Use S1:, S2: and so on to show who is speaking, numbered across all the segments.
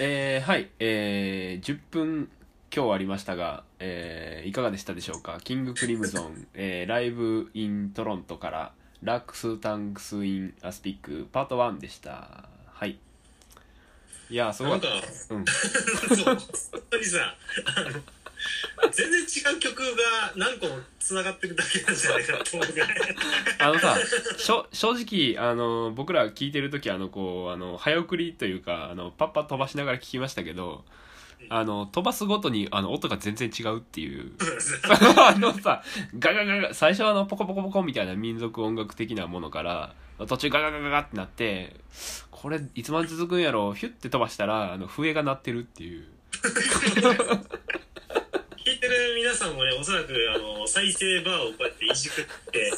S1: えーはい、えー10分今日ありましたが、えーいかがでしたでしょうかキングクリムゾン、えーライブイントロントからラックスタンクスインアスピックパート1でしたはいいやーすご
S2: ないんか、
S1: うん
S2: そう本当にさ、あの、全然違う曲が何個も繋がってるだけなんじゃないかと思うぐらい。
S1: あのさしょ正直あの僕ら聞いてる時あのこうあの早送りというかあのパッパ飛ばしながら聞きましたけどあの飛ばすごとにあの音が全然違うっていう あのさガガガガ最初はあのポコポコポコみたいな民族音楽的なものから途中ガガガガガってなってこれいつまで続くんやろヒュッて飛ばしたらあの笛が鳴ってるっていう
S2: 聴いてる皆さんもね、おそらく、あの、再生バーをこうやっていじくって、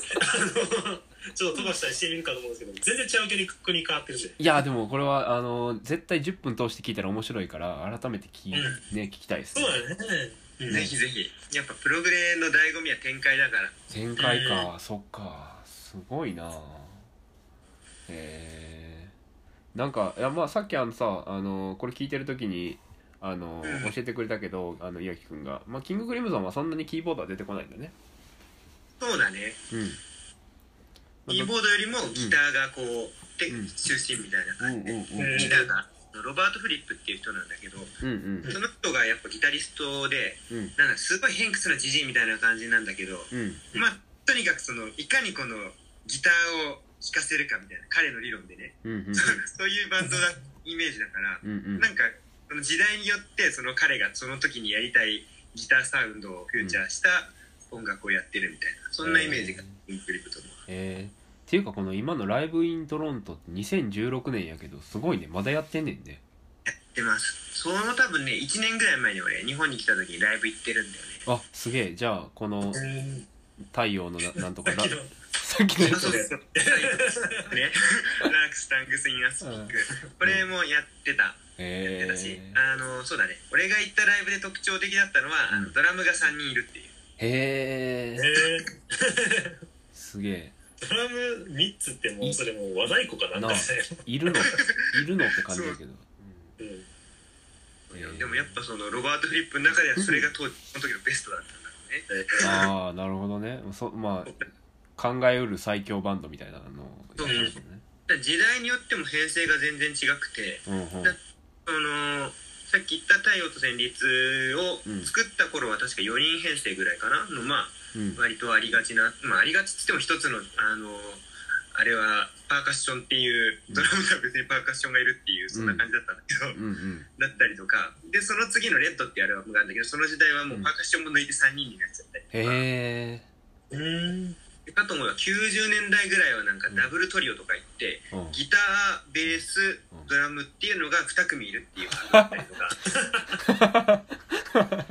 S2: あの、ちょっと飛ばしたりしてみるかと思うんですけど、全然違う曲に変わってるし。
S1: いやでもこれはあの絶対10分通して聞いたら面白いから改めて聞,、ね、聞きたいです
S2: そ
S1: ね
S2: うだね。うん
S3: ぜひぜひやっぱプログレの醍醐味は展開だから
S1: 展開か、そっかすごいなえー、なんかいやまあさっきあのさあのこれ聞いてる時にあの
S2: うん
S1: 教えてくれたけどあの岩城くんが、まあ、キングクリムゾンはそんなにキーボードは出てこないんだね
S3: そうだね
S1: うん
S3: キーボードよりもギターがこう、で
S1: うん
S3: 中心みたい
S1: う
S3: な
S1: ん
S3: 感
S1: うん
S3: じで、
S1: うん
S3: ギターがロバート・フリップっていう人なんだけど
S1: うんうん
S3: その人がやっぱギタリストで
S1: うん
S3: なんかすごい偏屈なじじいみたいな感じなんだけど
S1: うん
S3: まあとにかくそのいかにこのギターを弾かせるかみたいな彼の理論でね、
S1: うんうん
S3: そういうバンドだイメージだから、
S1: うんうん
S3: なんかその時代によってその彼がその時にやりたいギターサウンドをフューチャーした音楽をやってるみたいなそんなイメージがインクリプトの
S1: えー、っていうかこの今のライブイントロントって2016年やけどすごいねまだやってんねんね
S3: やってますその多分ね1年ぐらい前に俺日本に来た時にライブ行ってるんだよね
S1: あすげえじゃあこの
S2: うん
S1: 太陽のななんと
S2: さ
S1: か
S2: っ
S1: な
S2: き の
S1: さっきのや
S3: あ
S1: つ
S3: そうで すねラークスタングスインアスピックこれもやってたやって
S1: え
S3: たし
S1: ー、
S3: あのそうだね俺が行ったライブで特徴的だったのは、あ
S1: う
S3: の
S1: ん
S3: ドラムが3人いるっていう
S1: へえ
S2: えー
S1: すげえ
S2: ドラム3つってもうそれもう和太鼓かなん
S1: な
S2: か
S1: あ
S2: ね、
S1: いるのいるのって感じだけど
S2: うん
S1: へー
S3: でもやっぱそのロバート・フリップの中ではそれが当時その時のベストだったんだろう
S1: あ
S3: ね
S1: あなるほどねそまあ考えうる最強バンドみたいなの
S3: そう
S1: やつですね
S3: だから時代によっても編成が全然違くて
S1: うんうん
S3: だそのさっき言った「太陽と旋律」を
S1: うん
S3: 作った頃は確か4人編成ぐらいかなのまあ
S1: うん
S3: 割とありがちなまあありがちっつっても一つのあのあれはパーカッションっていう
S1: うん
S3: ドラムとは別にパーカッションがいるっていうそんな感じだったんだけど、
S1: うんうん
S3: だったりとかでその次の「レッド」っていうアルバムがあるんだけどその時代はもうパーカッションも抜いて3人になっちゃったりとか。
S1: へ
S2: うん
S3: かと思えば90年代ぐらいはなんかダブルトリオとか行って、
S1: えうん
S3: ギターベース
S1: うん
S3: ドラムっていうのが2組いるっていうのがあったり とか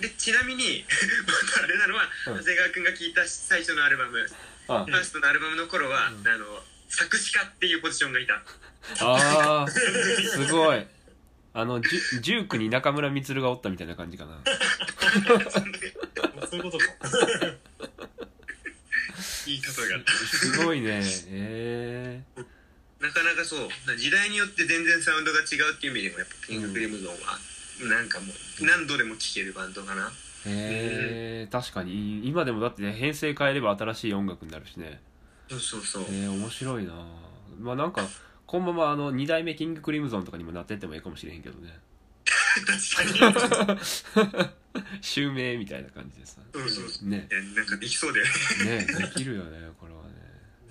S3: でちなみにまたあれなのは
S1: うん
S3: 長谷川君が聴いた最初のアルバム、
S1: あ
S3: ファーストのアルバムの頃は、
S1: うん
S3: あの作詞家っていうポジションがいた
S1: あーすごいあのジュジュークに中村充がおったみたいな感じかな
S2: そういうことか
S3: いい方が
S1: すごいねへ
S3: なかなかそう時代によって全然サウンドが違うっていう意味でもやっぱキングクリムゾンは、なんかもう何度でも聴けるバンドかな
S1: えへえ確かに今でもだってね編成変えれば新しい音楽になるしね
S3: そうそうそう、
S1: えー、面白いなまあなんかこのままあの2代目キングクリムゾンとかにもなってってもいいかもしれへんけどね
S3: 確かに
S1: 襲名みたいな感じでさ
S3: そうそうそ
S1: ね
S3: ういやなんかできそうだよ
S1: ね
S3: ね
S1: できるよね これはね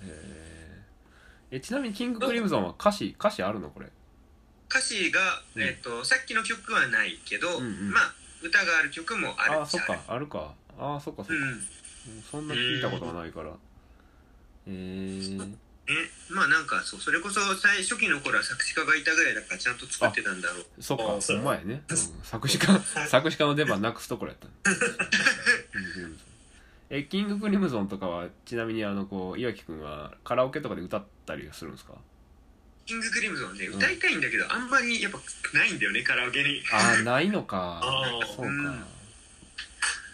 S1: えーえちなみにキングクリムゾンは歌詞歌詞あるのこれ
S3: 歌詞が、
S1: うん
S3: えっとさっきの曲はないけど、
S1: うんうん
S3: まあ歌がある曲もある
S1: ああ
S3: っち
S1: そっ
S3: ゃある
S1: かあるかああそっかそっ
S3: う
S1: か、
S3: ん
S1: そんな聞いたことはないからえー、
S3: えまあなんかそうそれこそ最初期の頃は作詞家がいたぐらいだからちゃんと作ってたんだろう
S1: そっか
S2: あーそう
S1: お前ね、うん作詞家作詞家の出番なくすところやった えキングクリムゾンとかはちなみにあのこう岩城くんはカラオケとかで歌ったりするんですか
S3: キングクリムゾンね
S1: うん
S3: 歌いたいんだけど、あんまりやっぱないんだよねカラオケ に
S1: ああないのか
S2: あー
S1: そうか
S3: うん
S1: へ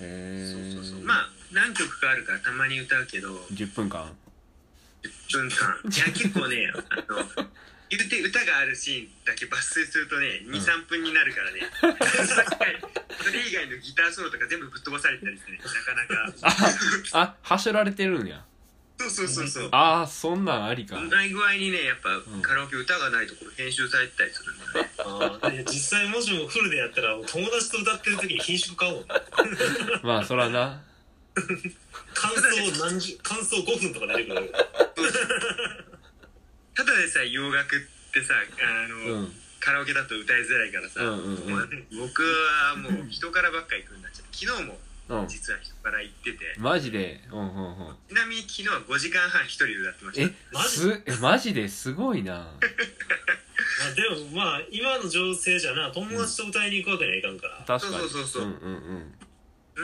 S1: え
S3: そうそうそうまあ何曲かあるからたまに歌うけど
S1: 10分間
S3: 10分間いや結構ねあの言うて歌があるシーンだけ抜粋するとね
S1: うん
S3: 23分になるからね、 それ以外のギターソロとか全部ぶっ飛ばされてたりしてねなかなか
S1: あはしょられてるんや
S3: そうそうそうそう
S1: ああそんなんありか
S3: うまい具合にねやっぱ
S1: ん
S3: カラオケ歌がないところ編集されてたりするんだよね
S2: あーいや実際もしもフルでやったらもう友達と歌ってる時に品種買おうもんな
S1: まあそらな
S2: 感想何十感想5分とか出てくる
S3: ただでさえ洋楽ってさあ
S1: う
S3: の、
S1: ん
S3: カラオケだと歌いづらいからさ、
S1: うんうんうん
S3: も僕 はもう人からばっか行くんだっちゃう昨日も
S1: うん
S3: 実は人から行ってて
S1: マジでうんうんうん
S3: ちなみに昨日は5時間半一人で歌ってました
S1: えすえマジですごいな
S2: まあ、でもまあ今の情勢じゃな友達と歌いに行くわけにはいかんから、
S1: 確かに
S3: そうそうそうそうん
S1: うんうん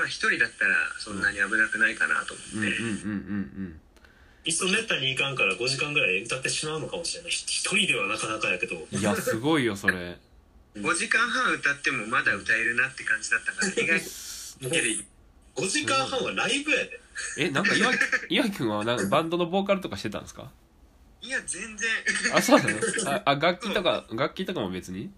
S3: まあ一人だったらそんなに危なくないかなと
S1: うんうんう
S3: 思
S1: ん
S3: って、
S1: うん
S2: いっそめったに行かんから5時間ぐらい歌ってしまうのかもしれないひ一人ではなかなかやけど
S1: うんいやすごいよそれ
S3: 5時間半歌ってもまだ歌えるなって感じだったから 意外にいける
S2: 5時間半はライブやで
S1: えなんか岩 城岩城くんはなんかバンドのボーカルとかしてたんですか
S3: いや全然
S1: あそうなのああ楽器とか楽器とかも別に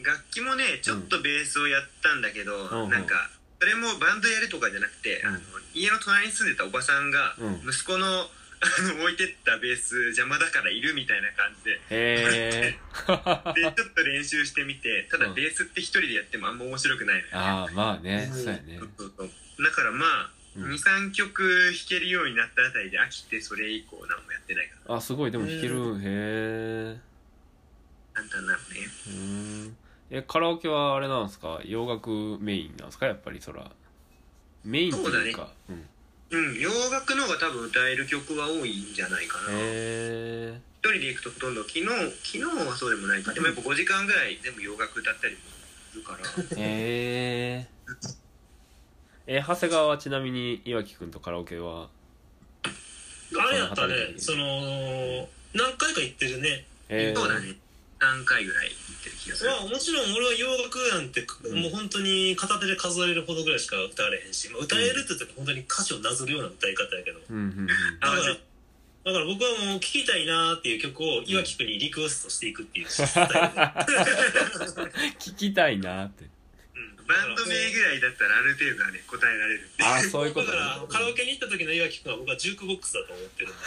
S3: 楽器もねちょっとベースをやったんだけど、
S1: うん
S3: なんかそれもバンドやるとかじゃなくて、
S1: うん
S3: あの家の隣に住んでたおばさんが
S1: うん
S3: 息子のあの置いてったベース邪魔だからいるみたいな感 じで
S1: へえ
S3: でちょっと練習してみてた
S1: う
S3: だ
S1: ん
S3: ベースって一人でやってもあんま面白くないのよね
S1: ああまあね
S2: うん
S1: そうやね
S3: そうそうそうだからまあ、
S1: うん
S3: 23曲弾けるようになったあたりで飽きてそれ以降何もやってないか
S1: あすごいでも弾けるへえ
S3: ら簡単なのね
S1: うんえカラオケはあれなんですか洋楽メインなんですかやっぱりそらメインというかうん
S3: うん洋楽の方が多分歌える曲は多いんじゃないかな
S1: へえ
S3: 一人で行くとほとんど昨日昨日はそうでもないかでもやっぱ5時間ぐらい全部洋楽歌ったりもするから
S1: えー、え長谷川はちなみに岩城くんとカラオケは
S2: あれやったね
S1: そ
S2: その何回か行ってるね
S1: えー
S3: そうだね3回ぐらい行ってる気がする
S2: まあもちろん俺は洋楽なんて、
S1: ん
S2: もう本当に片手で数えるほどぐらいしか歌われへんし、まあ歌えるって言ったら本当に歌詞をなぞるような歌い方やけど
S1: うんうんうん
S2: だから
S3: あじゃあ
S2: だから僕はもう聴きたいなーっていう曲を岩城くんにリクエストしてい くっていうスタイルで
S1: 聞きたいなって
S3: うんバンド名ぐらいだったらある程度はね答えられる
S1: ああそういうこと
S2: だからカラオケに行った時の岩城くんは僕はジュークボックスだと思ってるんで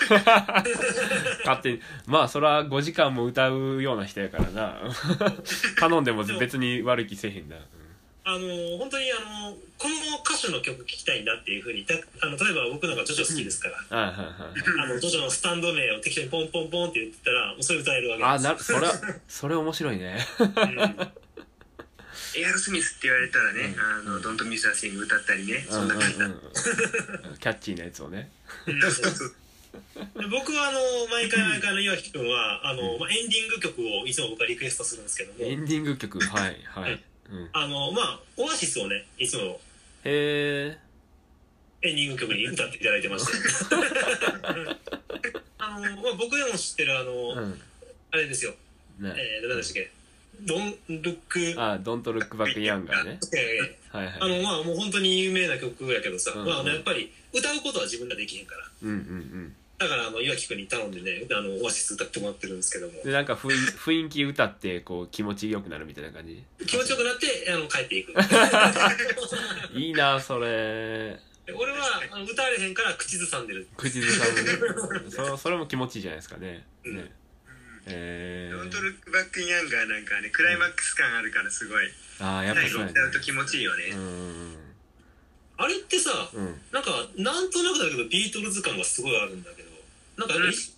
S1: 勝手にまあそら5時間も歌うような人やからな 頼んでも別に悪気せえへんな、
S2: あのー本当にあのーこの歌手の曲聴きたいんだっていうふうにたあの例えば僕なんかジョジョ好きですから、
S1: うん、あはいはいはい
S2: あのジョジョのスタンド名を適当にポンポンポンって言ってたらもうそれ歌えるわけ
S1: あ
S2: です
S1: なるそれはそれ面白いね
S3: エアロスミスって言われたらね「あのドントミスアシング」歌ったりねそんな感じだ
S1: うんうんうんキャッチーなやつをね
S2: で僕はあの毎回毎回の岩城くんはあの、まあ、エンディング曲をいつも僕はリクエストするんですけど
S1: エ
S2: も
S1: ンディング曲はいはい、うん、へ
S2: あのまあオアシスをねいつも
S1: え
S2: エンディング曲に歌っていただいてまして あの、まあ、僕でも知ってるあの、
S1: うん
S2: あれですよ
S1: ね
S2: えー、何でしたっけドン・ルック・いや
S1: あ「Don't Look Back Young」がね
S2: いや
S1: はいはい
S2: あのまあもう本当に有名な曲やけどさ、
S1: うん
S2: まああの、やっぱり歌うことは自分らできへんから
S1: うんうんうん
S2: だからあの岩城くんに頼んでねあのオアシス歌ってもらってるんですけども
S1: でなんか雰囲雰囲気歌ってこう気持ちよくなるみたいな感じ
S2: 気持ちよくなってあの帰っ ていく
S1: いいなそれ
S2: で俺はあの歌われへんから口ずさんでる
S1: 口ずさむねそそれも気持ちいいじゃないですかね
S2: うん
S1: ねえ
S3: ドント
S1: ー、
S3: ルックバックインヤンガーなんかはねクライマックス感あるからすごい
S1: ああやっぱ
S3: 最
S1: そう
S3: 後
S1: やね
S3: 歌うと気持ちいいよね
S1: うんうん
S2: あれってさ
S1: うんうん
S2: なんかなんとなくだけどビートルズ感がすごいあるんだけどなんか、
S3: うん
S2: い
S3: そ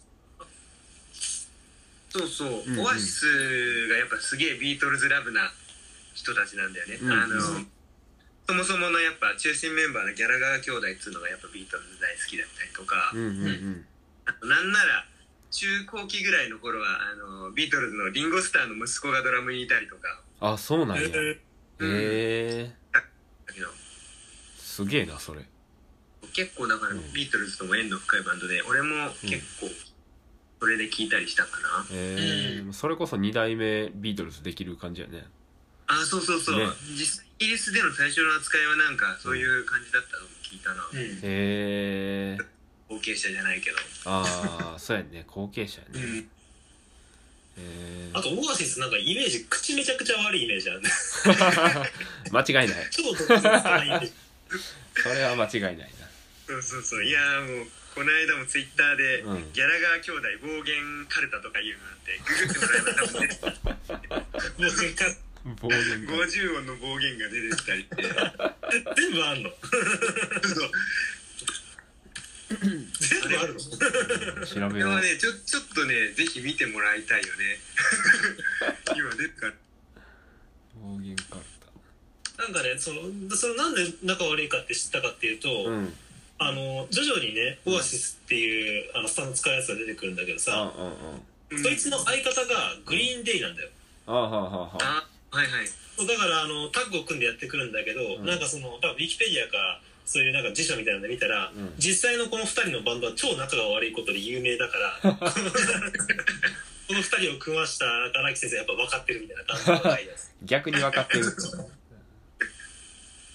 S3: うそう、
S1: うんうん
S3: オアシスがやっぱすげえビートルズラブな人たちなんだよね、
S1: うん
S3: あの
S1: うん
S3: そもそものやっぱ中心メンバーのギャラガー兄弟っつうのがやっぱビートルズ大好きだったりとか、
S1: うんうんうん
S3: あとなんなら中高期ぐらいの頃はあのビートルズのリンゴスターの息子がドラムにいたりとか
S1: あそうなんやへ
S2: え
S1: えー、
S3: だけど
S1: すげえなそれ
S3: 結構だから
S1: うん
S3: ビートルズとも縁の深いバンドで俺も結構それで聴いたりしたかな、
S1: えー、それこそ2代目ビートルズできる感じやね
S3: あそうそうそう、
S1: ね
S3: 実際イギリスでの最初の扱いはなんかそういう感じだったのも聞いたな、
S2: ーうん
S1: へえー、
S3: 後継者じゃないけど
S1: ああそうやね後継者やね
S2: うん
S1: え
S2: あとオアシスなんかイメージ口めちゃくちゃ悪いイメージあるね
S1: ー 間違いない
S2: ちょっと特別なイ メージ
S1: それは間違いない
S3: そうそうそういやーもうこの間もツイッターで、
S1: うん
S3: ギャラガー兄弟暴言カルタとかいうのあってググってもらえば多分出てくる
S2: もう全然
S1: な暴 言 が
S3: 50音の暴言が出てき たりって
S2: 全部あんの全部あるの
S1: 調べ
S3: で
S1: よ
S3: も
S1: う
S3: ねちょちょっとねぜひ見てもらいたいよね 今出てから
S1: 暴言カル
S2: なんかねそのそのなんで仲悪いかって知ったかっていう
S1: タ
S2: と、
S1: うんうん
S2: あの徐々にねオアシスっていうあのスタン使うやつが出てくるんだけ
S1: う
S2: ど
S1: んう
S2: さ、
S1: ん
S2: そいつの相方がグリーンデイなんだよ
S1: あはははは
S3: あはいはい
S2: そうだからあのタッグを組んでやってくるんだけど、
S1: うん
S2: なんかその多分ウィキペディアかそういうなんか辞書みたいなの見たら、
S1: うん
S2: 実際のこの2人のバンドは超仲が悪いことで有名だからこの2人を組ました荒木先生やっぱ分かってるみたいな感じの回です
S1: 逆に分かってる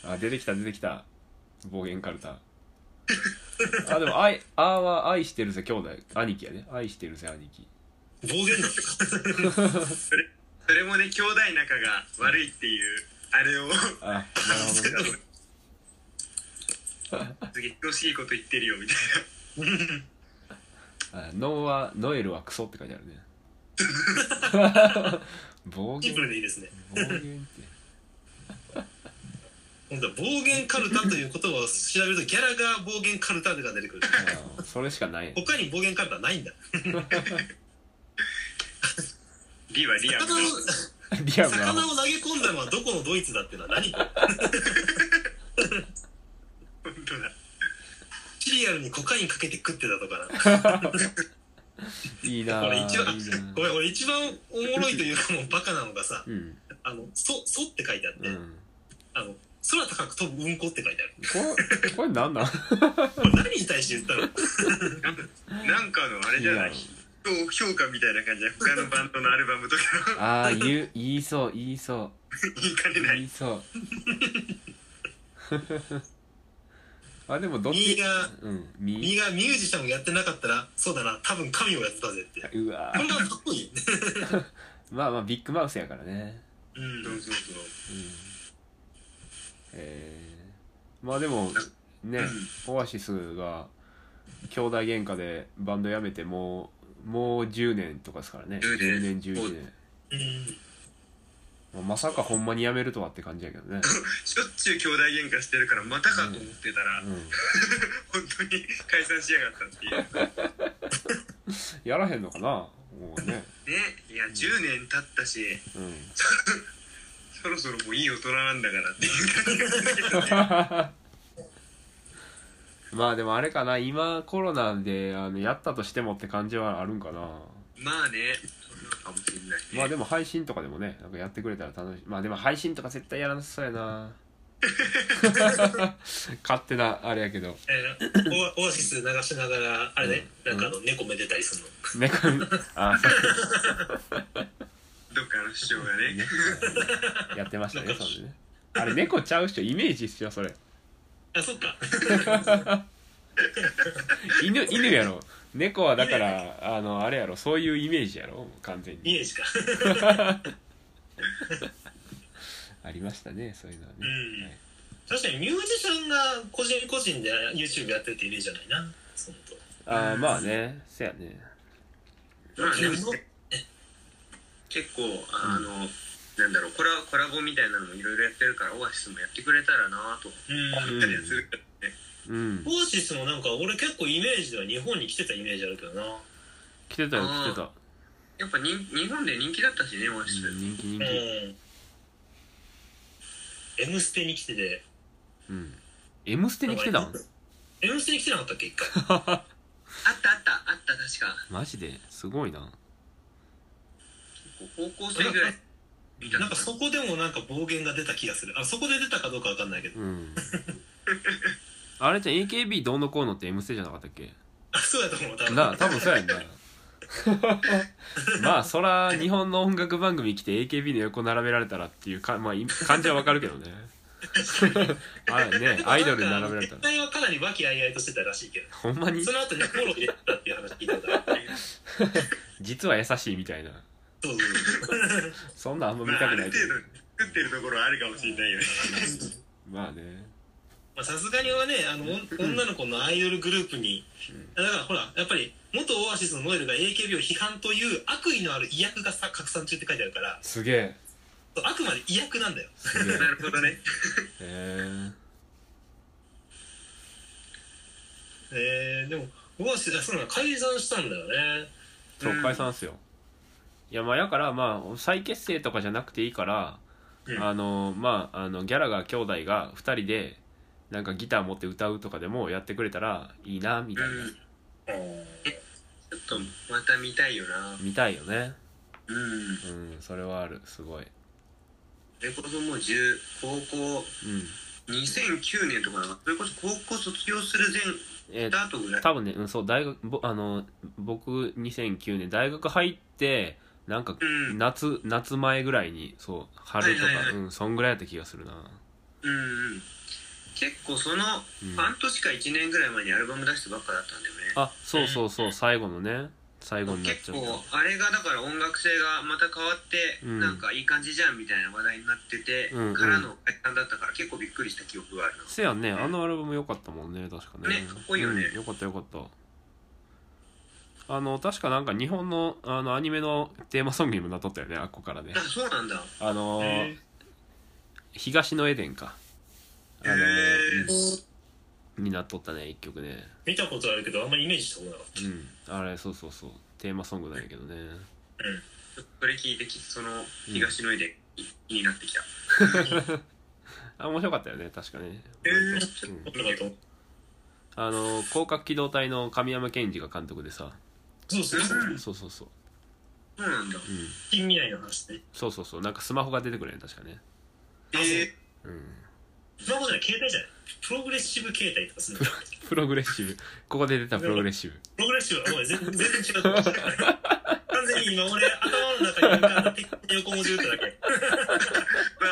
S1: あ出てきた出てきた暴言カルタあでも「愛」「あ」は「愛してるぜ兄弟」兄貴やね「愛してるぜ兄貴
S2: 暴言なんだ
S3: それもね兄弟仲が悪いっていうあれを」
S1: あなるほどね
S3: すげえ楽しいこと言ってるよみたい
S1: あノーはノエルはクソって書いてあるね暴
S2: シ
S1: 言
S2: ンプルでいいですね
S1: 暴言って
S2: 本当は暴言カルタという言葉を調べるとギャラが暴言カルタが出てくる
S1: あそれしかない
S2: 他に暴言カルタないんだ
S3: なリはリアル
S2: 魚
S3: だ
S2: を
S1: リアルな
S2: 魚を投げ込んだのはどこのドイツだっていうのは何か
S3: 本当だ
S2: シリアルにコカインかけて食ってたとかない
S1: いなぁ
S2: 俺
S1: いい
S2: 一応
S1: な
S2: ごめん俺一番おもろいというかもうバカなの がさ
S1: うん
S2: 「あのそ」そって書いてあって
S1: う
S2: 「
S1: ん
S2: あの空高く飛ぶうんこ」って書いてある
S1: これこれなんなん
S2: これ何に対して言ったの
S3: なんかのあれじゃない
S1: いい
S3: 評価みたいな感じで他のバンドのアルバムとか
S1: ああ言う言いそう言いそ
S3: の言いか
S1: う
S3: ねない
S1: 言いそう あでもどっ
S2: 右
S1: ち
S2: が
S1: うん右
S2: 右がミュージシャンをやってなかったらそうだな多分神をやってたぜって
S1: うわ
S2: こん
S1: ぁ
S2: なのかっこいいよね
S1: まあまあビッグマウスやからね
S2: う
S3: そうんそうそう
S1: うんえー、まあでもねオアシスが兄弟喧嘩でバンド辞めてもうもう10年とかですからね
S3: 10年
S1: 年11年
S2: うん
S1: まあまさかほんまに辞めるとはって感じやけどね、
S3: しょっちゅう兄弟喧嘩してるからまたかと思ってたら、
S1: うん、
S3: 本当に解散しやがったっていう
S1: やらへんのかなもうね、
S3: ねいや10年経ったし
S1: うん、
S3: そろそろもういい大人なんだからっていう感じがするけど ね
S1: まあでもあれかな今コロナであのやったとしてもって感じはあるんかな
S3: まあねそうなのかもしれないね、
S1: まあでも配信とかでもねなんかやってくれたら楽しいまあでも配信とか絶対やらなさそうや な勝手なあれやけど
S2: えーオアオアシス流しながらあれね
S1: う
S2: なんんかあの猫めでたりするの
S1: 猫にあそう
S3: どっかの師匠がね
S1: やってましたねそれねあれ猫ちゃうっしょイメージっしょそれ
S2: あそっ か
S1: 犬犬やろ猫はだからあのあれやろそういうイメージやろ完全
S2: イメ
S1: に
S2: ージか
S1: ありましたねそういうのはね、
S2: うん
S1: はい
S2: 確かにミュージシャンが個人個人で YouTube やってるってイメージじゃないなそのと
S1: ああまあねせやね
S3: まあでも
S2: 昨日
S3: 結構あの、なんだろうコラコラボみたいなのもいろいろやってるからオアシスもやってくれたらなと思
S2: うん
S3: ったりはするけど
S1: うん
S3: ね、
S2: オアシスもなんか俺結構イメージでは日本に来てたイメージあるけどなう
S1: 来てたよ来てた、
S3: やっぱに日本で人気だったしねオアシス、
S1: うん、人気人
S2: ん
S1: 気
S2: 「M ステ」に来てて
S1: うん「M ステ」に来てたん
S2: 「M ステ」に来てなかったっけ一回
S3: あったあったあった確か
S1: マジですごいな
S3: 高校生ぐらい見た
S2: な
S3: の
S2: ん
S3: か
S2: か
S3: な
S2: そこでもなんか暴言が出た気がするあそこで出たかどうかわかんないけど
S1: うんあれじゃん AKB どうのこうのって M ステじゃなかったっけ
S2: あそうやと思う多分
S1: なあ多分そうやんな まあそら日本の音楽番組来て AKB の横並べられたらっていうか、まあ、い感じはわかるけどね あ ねアイドルに並べられた
S2: 実
S1: ら
S2: 際はかなり和気あいあいとしてたらしいけど
S1: ほんまに
S2: その後にフォロー入れたっていう話聞いたことある
S1: 実は優しいみたいな
S2: そうそうそう。
S1: そんなんあんま見
S3: ま
S1: た
S3: あ、あ
S1: く
S3: る
S1: ないけ
S3: 程度
S1: ど
S3: 作ってるところはあるかもしれないよね。
S1: まあね
S2: まあさすがにはね、あの、お女の子のアイドルグループに、だからほら、やっぱり、元オアシスのノエルが AKB を批判という悪意のある威訳がさ拡散中って書いてあるから、
S1: すげえ
S2: あくまで威訳なんだよ。
S1: すげえ
S3: なるほどね。
S1: え ー
S2: えー、でも、オアシス、あそうなの、解散したんだよね。
S1: そう
S3: うん
S1: 解散っすよ、いやまあやからまあ再結成とかじゃなくていいから、
S2: うん
S1: あのまああのギャラが兄弟が2人でなんかギター持って歌うとかでもやってくれたらいいなみたいな、
S3: うん。
S2: うん
S3: ちょっとまた見たいよな。
S1: 見たいよね
S3: うん。
S1: うんそれはあるすごい
S3: レコードも10、高校、
S1: うん
S3: 2009年とかだから、それこそ高校卒業する
S1: え
S3: 前、
S1: ー、
S3: だとぐらい。
S1: 多分ね、うん、そう大学ぼあの僕2009年大学入ってなんか
S3: うん。
S1: 夏夏前ぐらいにそう春とか、
S3: はいはいはい
S1: うんそんぐらいやった気がするな
S3: うんうん。結構その、
S1: うん
S3: 半年か1年ぐらい前にアルバム出してばっかだったんだよね。
S1: あそうそうそう最後のね最後になっち
S3: 結
S1: ゃっ
S3: 構
S1: た
S3: あれがだから音楽性がまた変わって、
S1: うん
S3: なんかいい感じじゃんみたいな話題になってて、
S1: うんうん
S3: からの解散だったから結構びっくりした記憶があるの
S1: せやね、あのアルバム良かったもんね、確かね。
S3: ねかっこいいよね
S1: うん良かった良かった。あの、確かなんか日本のあのアニメのテーマソングにもなっとったよね、あっこからね
S3: あ。そうなんだ
S1: あのー
S2: へ
S1: 東のエデンか。あのー
S3: へ
S1: うんになっとったね、一曲ね。
S2: 見たことあるけど、あんまりイメージしたことなかっ
S1: うん。あれ、そうそうそう。テーマソングなんやけどね。
S3: それ聞いてきその東の絵で気になってきた、
S1: あ、面白かったよね、確かね。
S3: へー
S1: 割とうん
S2: た。なかった。
S1: あのー、広角機動隊の神山健二が監督でさ。
S2: そうそうそう。
S3: うん
S1: そうそうそう。
S3: そうなんだ
S1: うん。
S2: 近未来の話ね。
S1: そうそうそう。なんかスマホが出てくるね、確かね。
S2: あそう
S3: え
S1: うん。
S2: スマホじゃない、携帯じゃない。プログレッシブ携帯とかするんだよ。
S1: プログレッシブ。 ここで出たプログレッシブ。
S2: プログレッシブはもう全全然違うと思う。完全に今俺、頭の中に浮かんだ適当に横文字打っただけ。
S3: ーま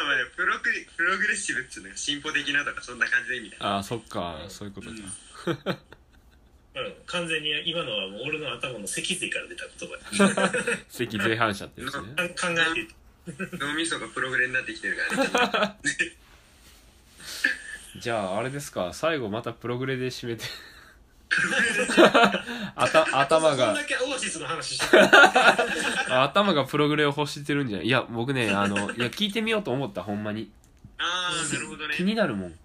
S3: あまあでもプロクリプログレッシブっつうのが進歩的なとかそんな感じでみたいな
S1: ああ、そっか、そういうことか。
S2: うん、完全に今のはもう俺の頭の脊髄から出た言葉
S1: 脊髄反射ってやつね。
S2: や考えてる
S3: 脳みそがプログレになってきてる からね
S1: じゃあ、あれですか、最後またプログレで締めて。 あた頭
S2: そん
S1: が
S2: だ、けオアシスの話してる
S1: 頭がプログレを欲してるんじゃないいや、僕ね、あの、いや、聞いてみようと思った、ほんまに。
S3: ああなるほどね
S1: 気になるもん。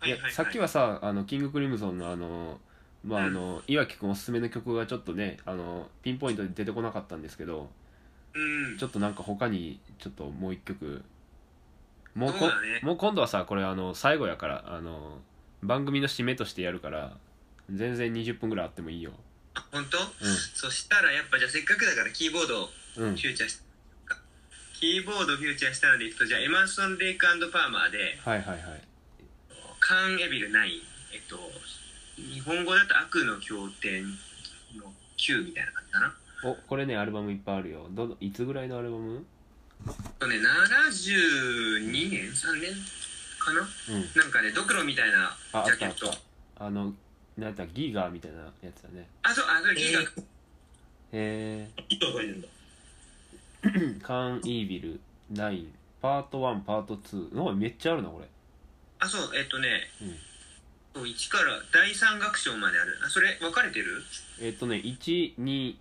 S3: はいい
S1: や
S3: はいはい
S1: さっきはさ、あの、キングクリムゾンのあの、まああの、岩城くんおすすめの曲がちょっとね、あの、ピンポイントで出てこなかったんですけど、
S3: うん
S1: ちょっとなんか他にちょっともう一曲もうこ
S3: そうだね
S1: もう今度はさこれあの最後やからあの番組の締めとしてやるから全然20分ぐらいあってもいいよ
S3: あ本当そしたらやっぱじゃあせっかくだからキーボードを
S1: うんうん
S3: フューチャーしたキーボードフューチャーしたのでいくとじゃあエマーソン・レイクパーマーで
S1: はいはいはい
S3: 「カーン・エビル9」えっと日本語だと「悪の経典」の9みたいな感じかな
S1: おこれねアルバムいっぱいあるよどのいつぐらいのアルバム
S3: あとね72年3年かな
S1: うん
S3: なんかねドクロみたいな
S1: ああ
S3: ジ
S1: っ
S3: ャケ
S1: たあっ
S3: ット
S1: たあのなんだギガーみたいなやつだね
S3: あそうあそれギガ、
S1: へ
S2: 一頭書いてんだ
S1: え「カーン・イービル9」パート1パート2のめっちゃあるなこれ
S3: あそうえっとね
S1: うん
S3: そう1から第3楽章まであるあそれ分かれてる
S1: えっとね、1、2、ん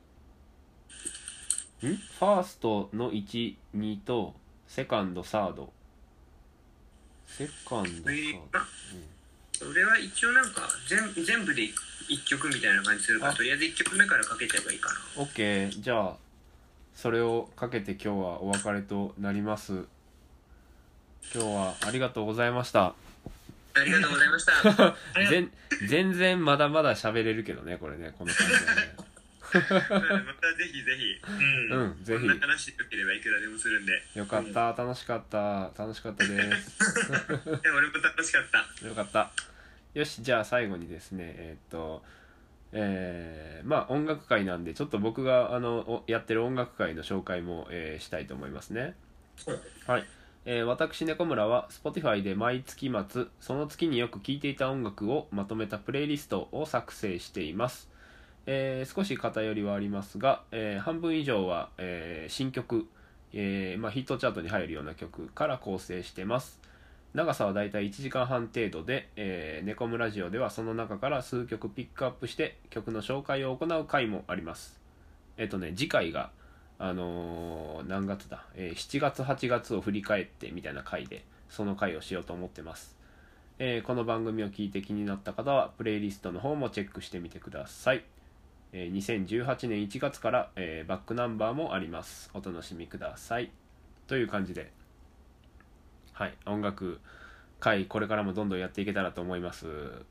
S1: ファーストの1、2と、セカンド、サード。セカンド、サー
S3: あそれは一応なんか全全部で1曲みたいな感じするから
S1: あ
S3: とりあえず1曲目からかけちゃえばいいかな
S1: ド。オッケー、じゃあ、それをかけて今日はお別れとなります。今日はありがとうございました。
S3: ありがとうござい ました。
S2: ありがとう
S1: 全全然まだまだ喋れるけどね、これね、この感じはね。
S3: またぜひぜひ、
S2: うん、
S1: う
S2: うん、
S1: ん、
S3: こ
S1: ぜ
S3: んな話良ければいくらでもするんで。
S1: ひ。よかった、楽しかった、楽しかったです。
S3: でも俺も楽しかった。
S1: よかったよしじゃあ最後にですねえーっとえーまあ音楽会なんでちょっと僕があのおやってる音楽会の紹介も、えーしたいと思いますねはい、えー私猫村は Spotify で毎月末その月によく聴いていた音楽をまとめたプレイリストを作成していますえー少し偏りはありますが、えー半分以上は、えー新曲、えーまあ、ヒットチャートに入るような曲から構成してます長さはだいたい1時間半程度で「えーネコムラジオ」ではその中から数曲ピックアップして曲の紹介を行う回もありますえっとね次回があのー何月だ、えー7月8月を振り返ってみたいな回でその回をしようと思ってますえーこの番組を聞いて気になった方はプレイリストの方もチェックしてみてください、えー2018年1月から、えーバックナンバーもありますお楽しみくださいという感じではい音楽会これからもどんどんやっていけたらと思います
S2: は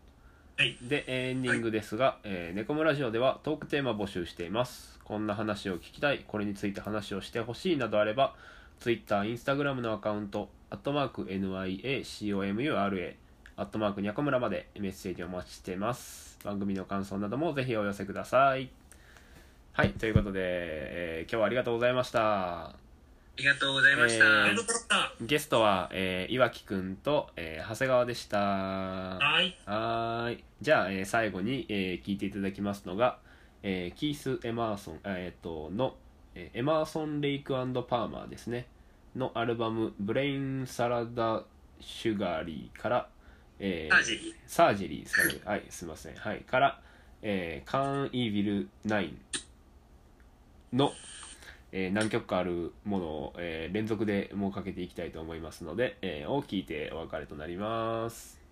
S2: い
S1: でえーエンディングですが「えーネコムラジオ」ではトークテーマ募集していますこんな話を聞きたいこれについて話をしてほしいなどあれば Twitter、Instagram のアカウント、アットマーク NIACOMURA、アットマークにゃこむらまでメッセージをお待ちしています。番組の感想などもぜひお寄せください。はい、ということで、えー今日はありがとうございました。
S3: りがとうございました。
S1: えー
S2: ありがとうございまし
S1: ゲストは、えー岩城くんと、えー長谷川でした。
S2: た。はい。
S1: はーい。じゃあ、えー最後に、えー聞いていただきますのが、えーキース・エマーソン、あえーっとの、えーエマーソン・レイクパーマーですね、のアルバム、ブレイン・サラダ・シュガーリーから、えー
S3: サージェリー
S1: サージェリーですかね。はい、すいません。はい、から、えー、カーン・イービル9の、えー何曲かあるものを、えー連続でもうかけていきたいと思いますので、えーを聞いてお別れとなります。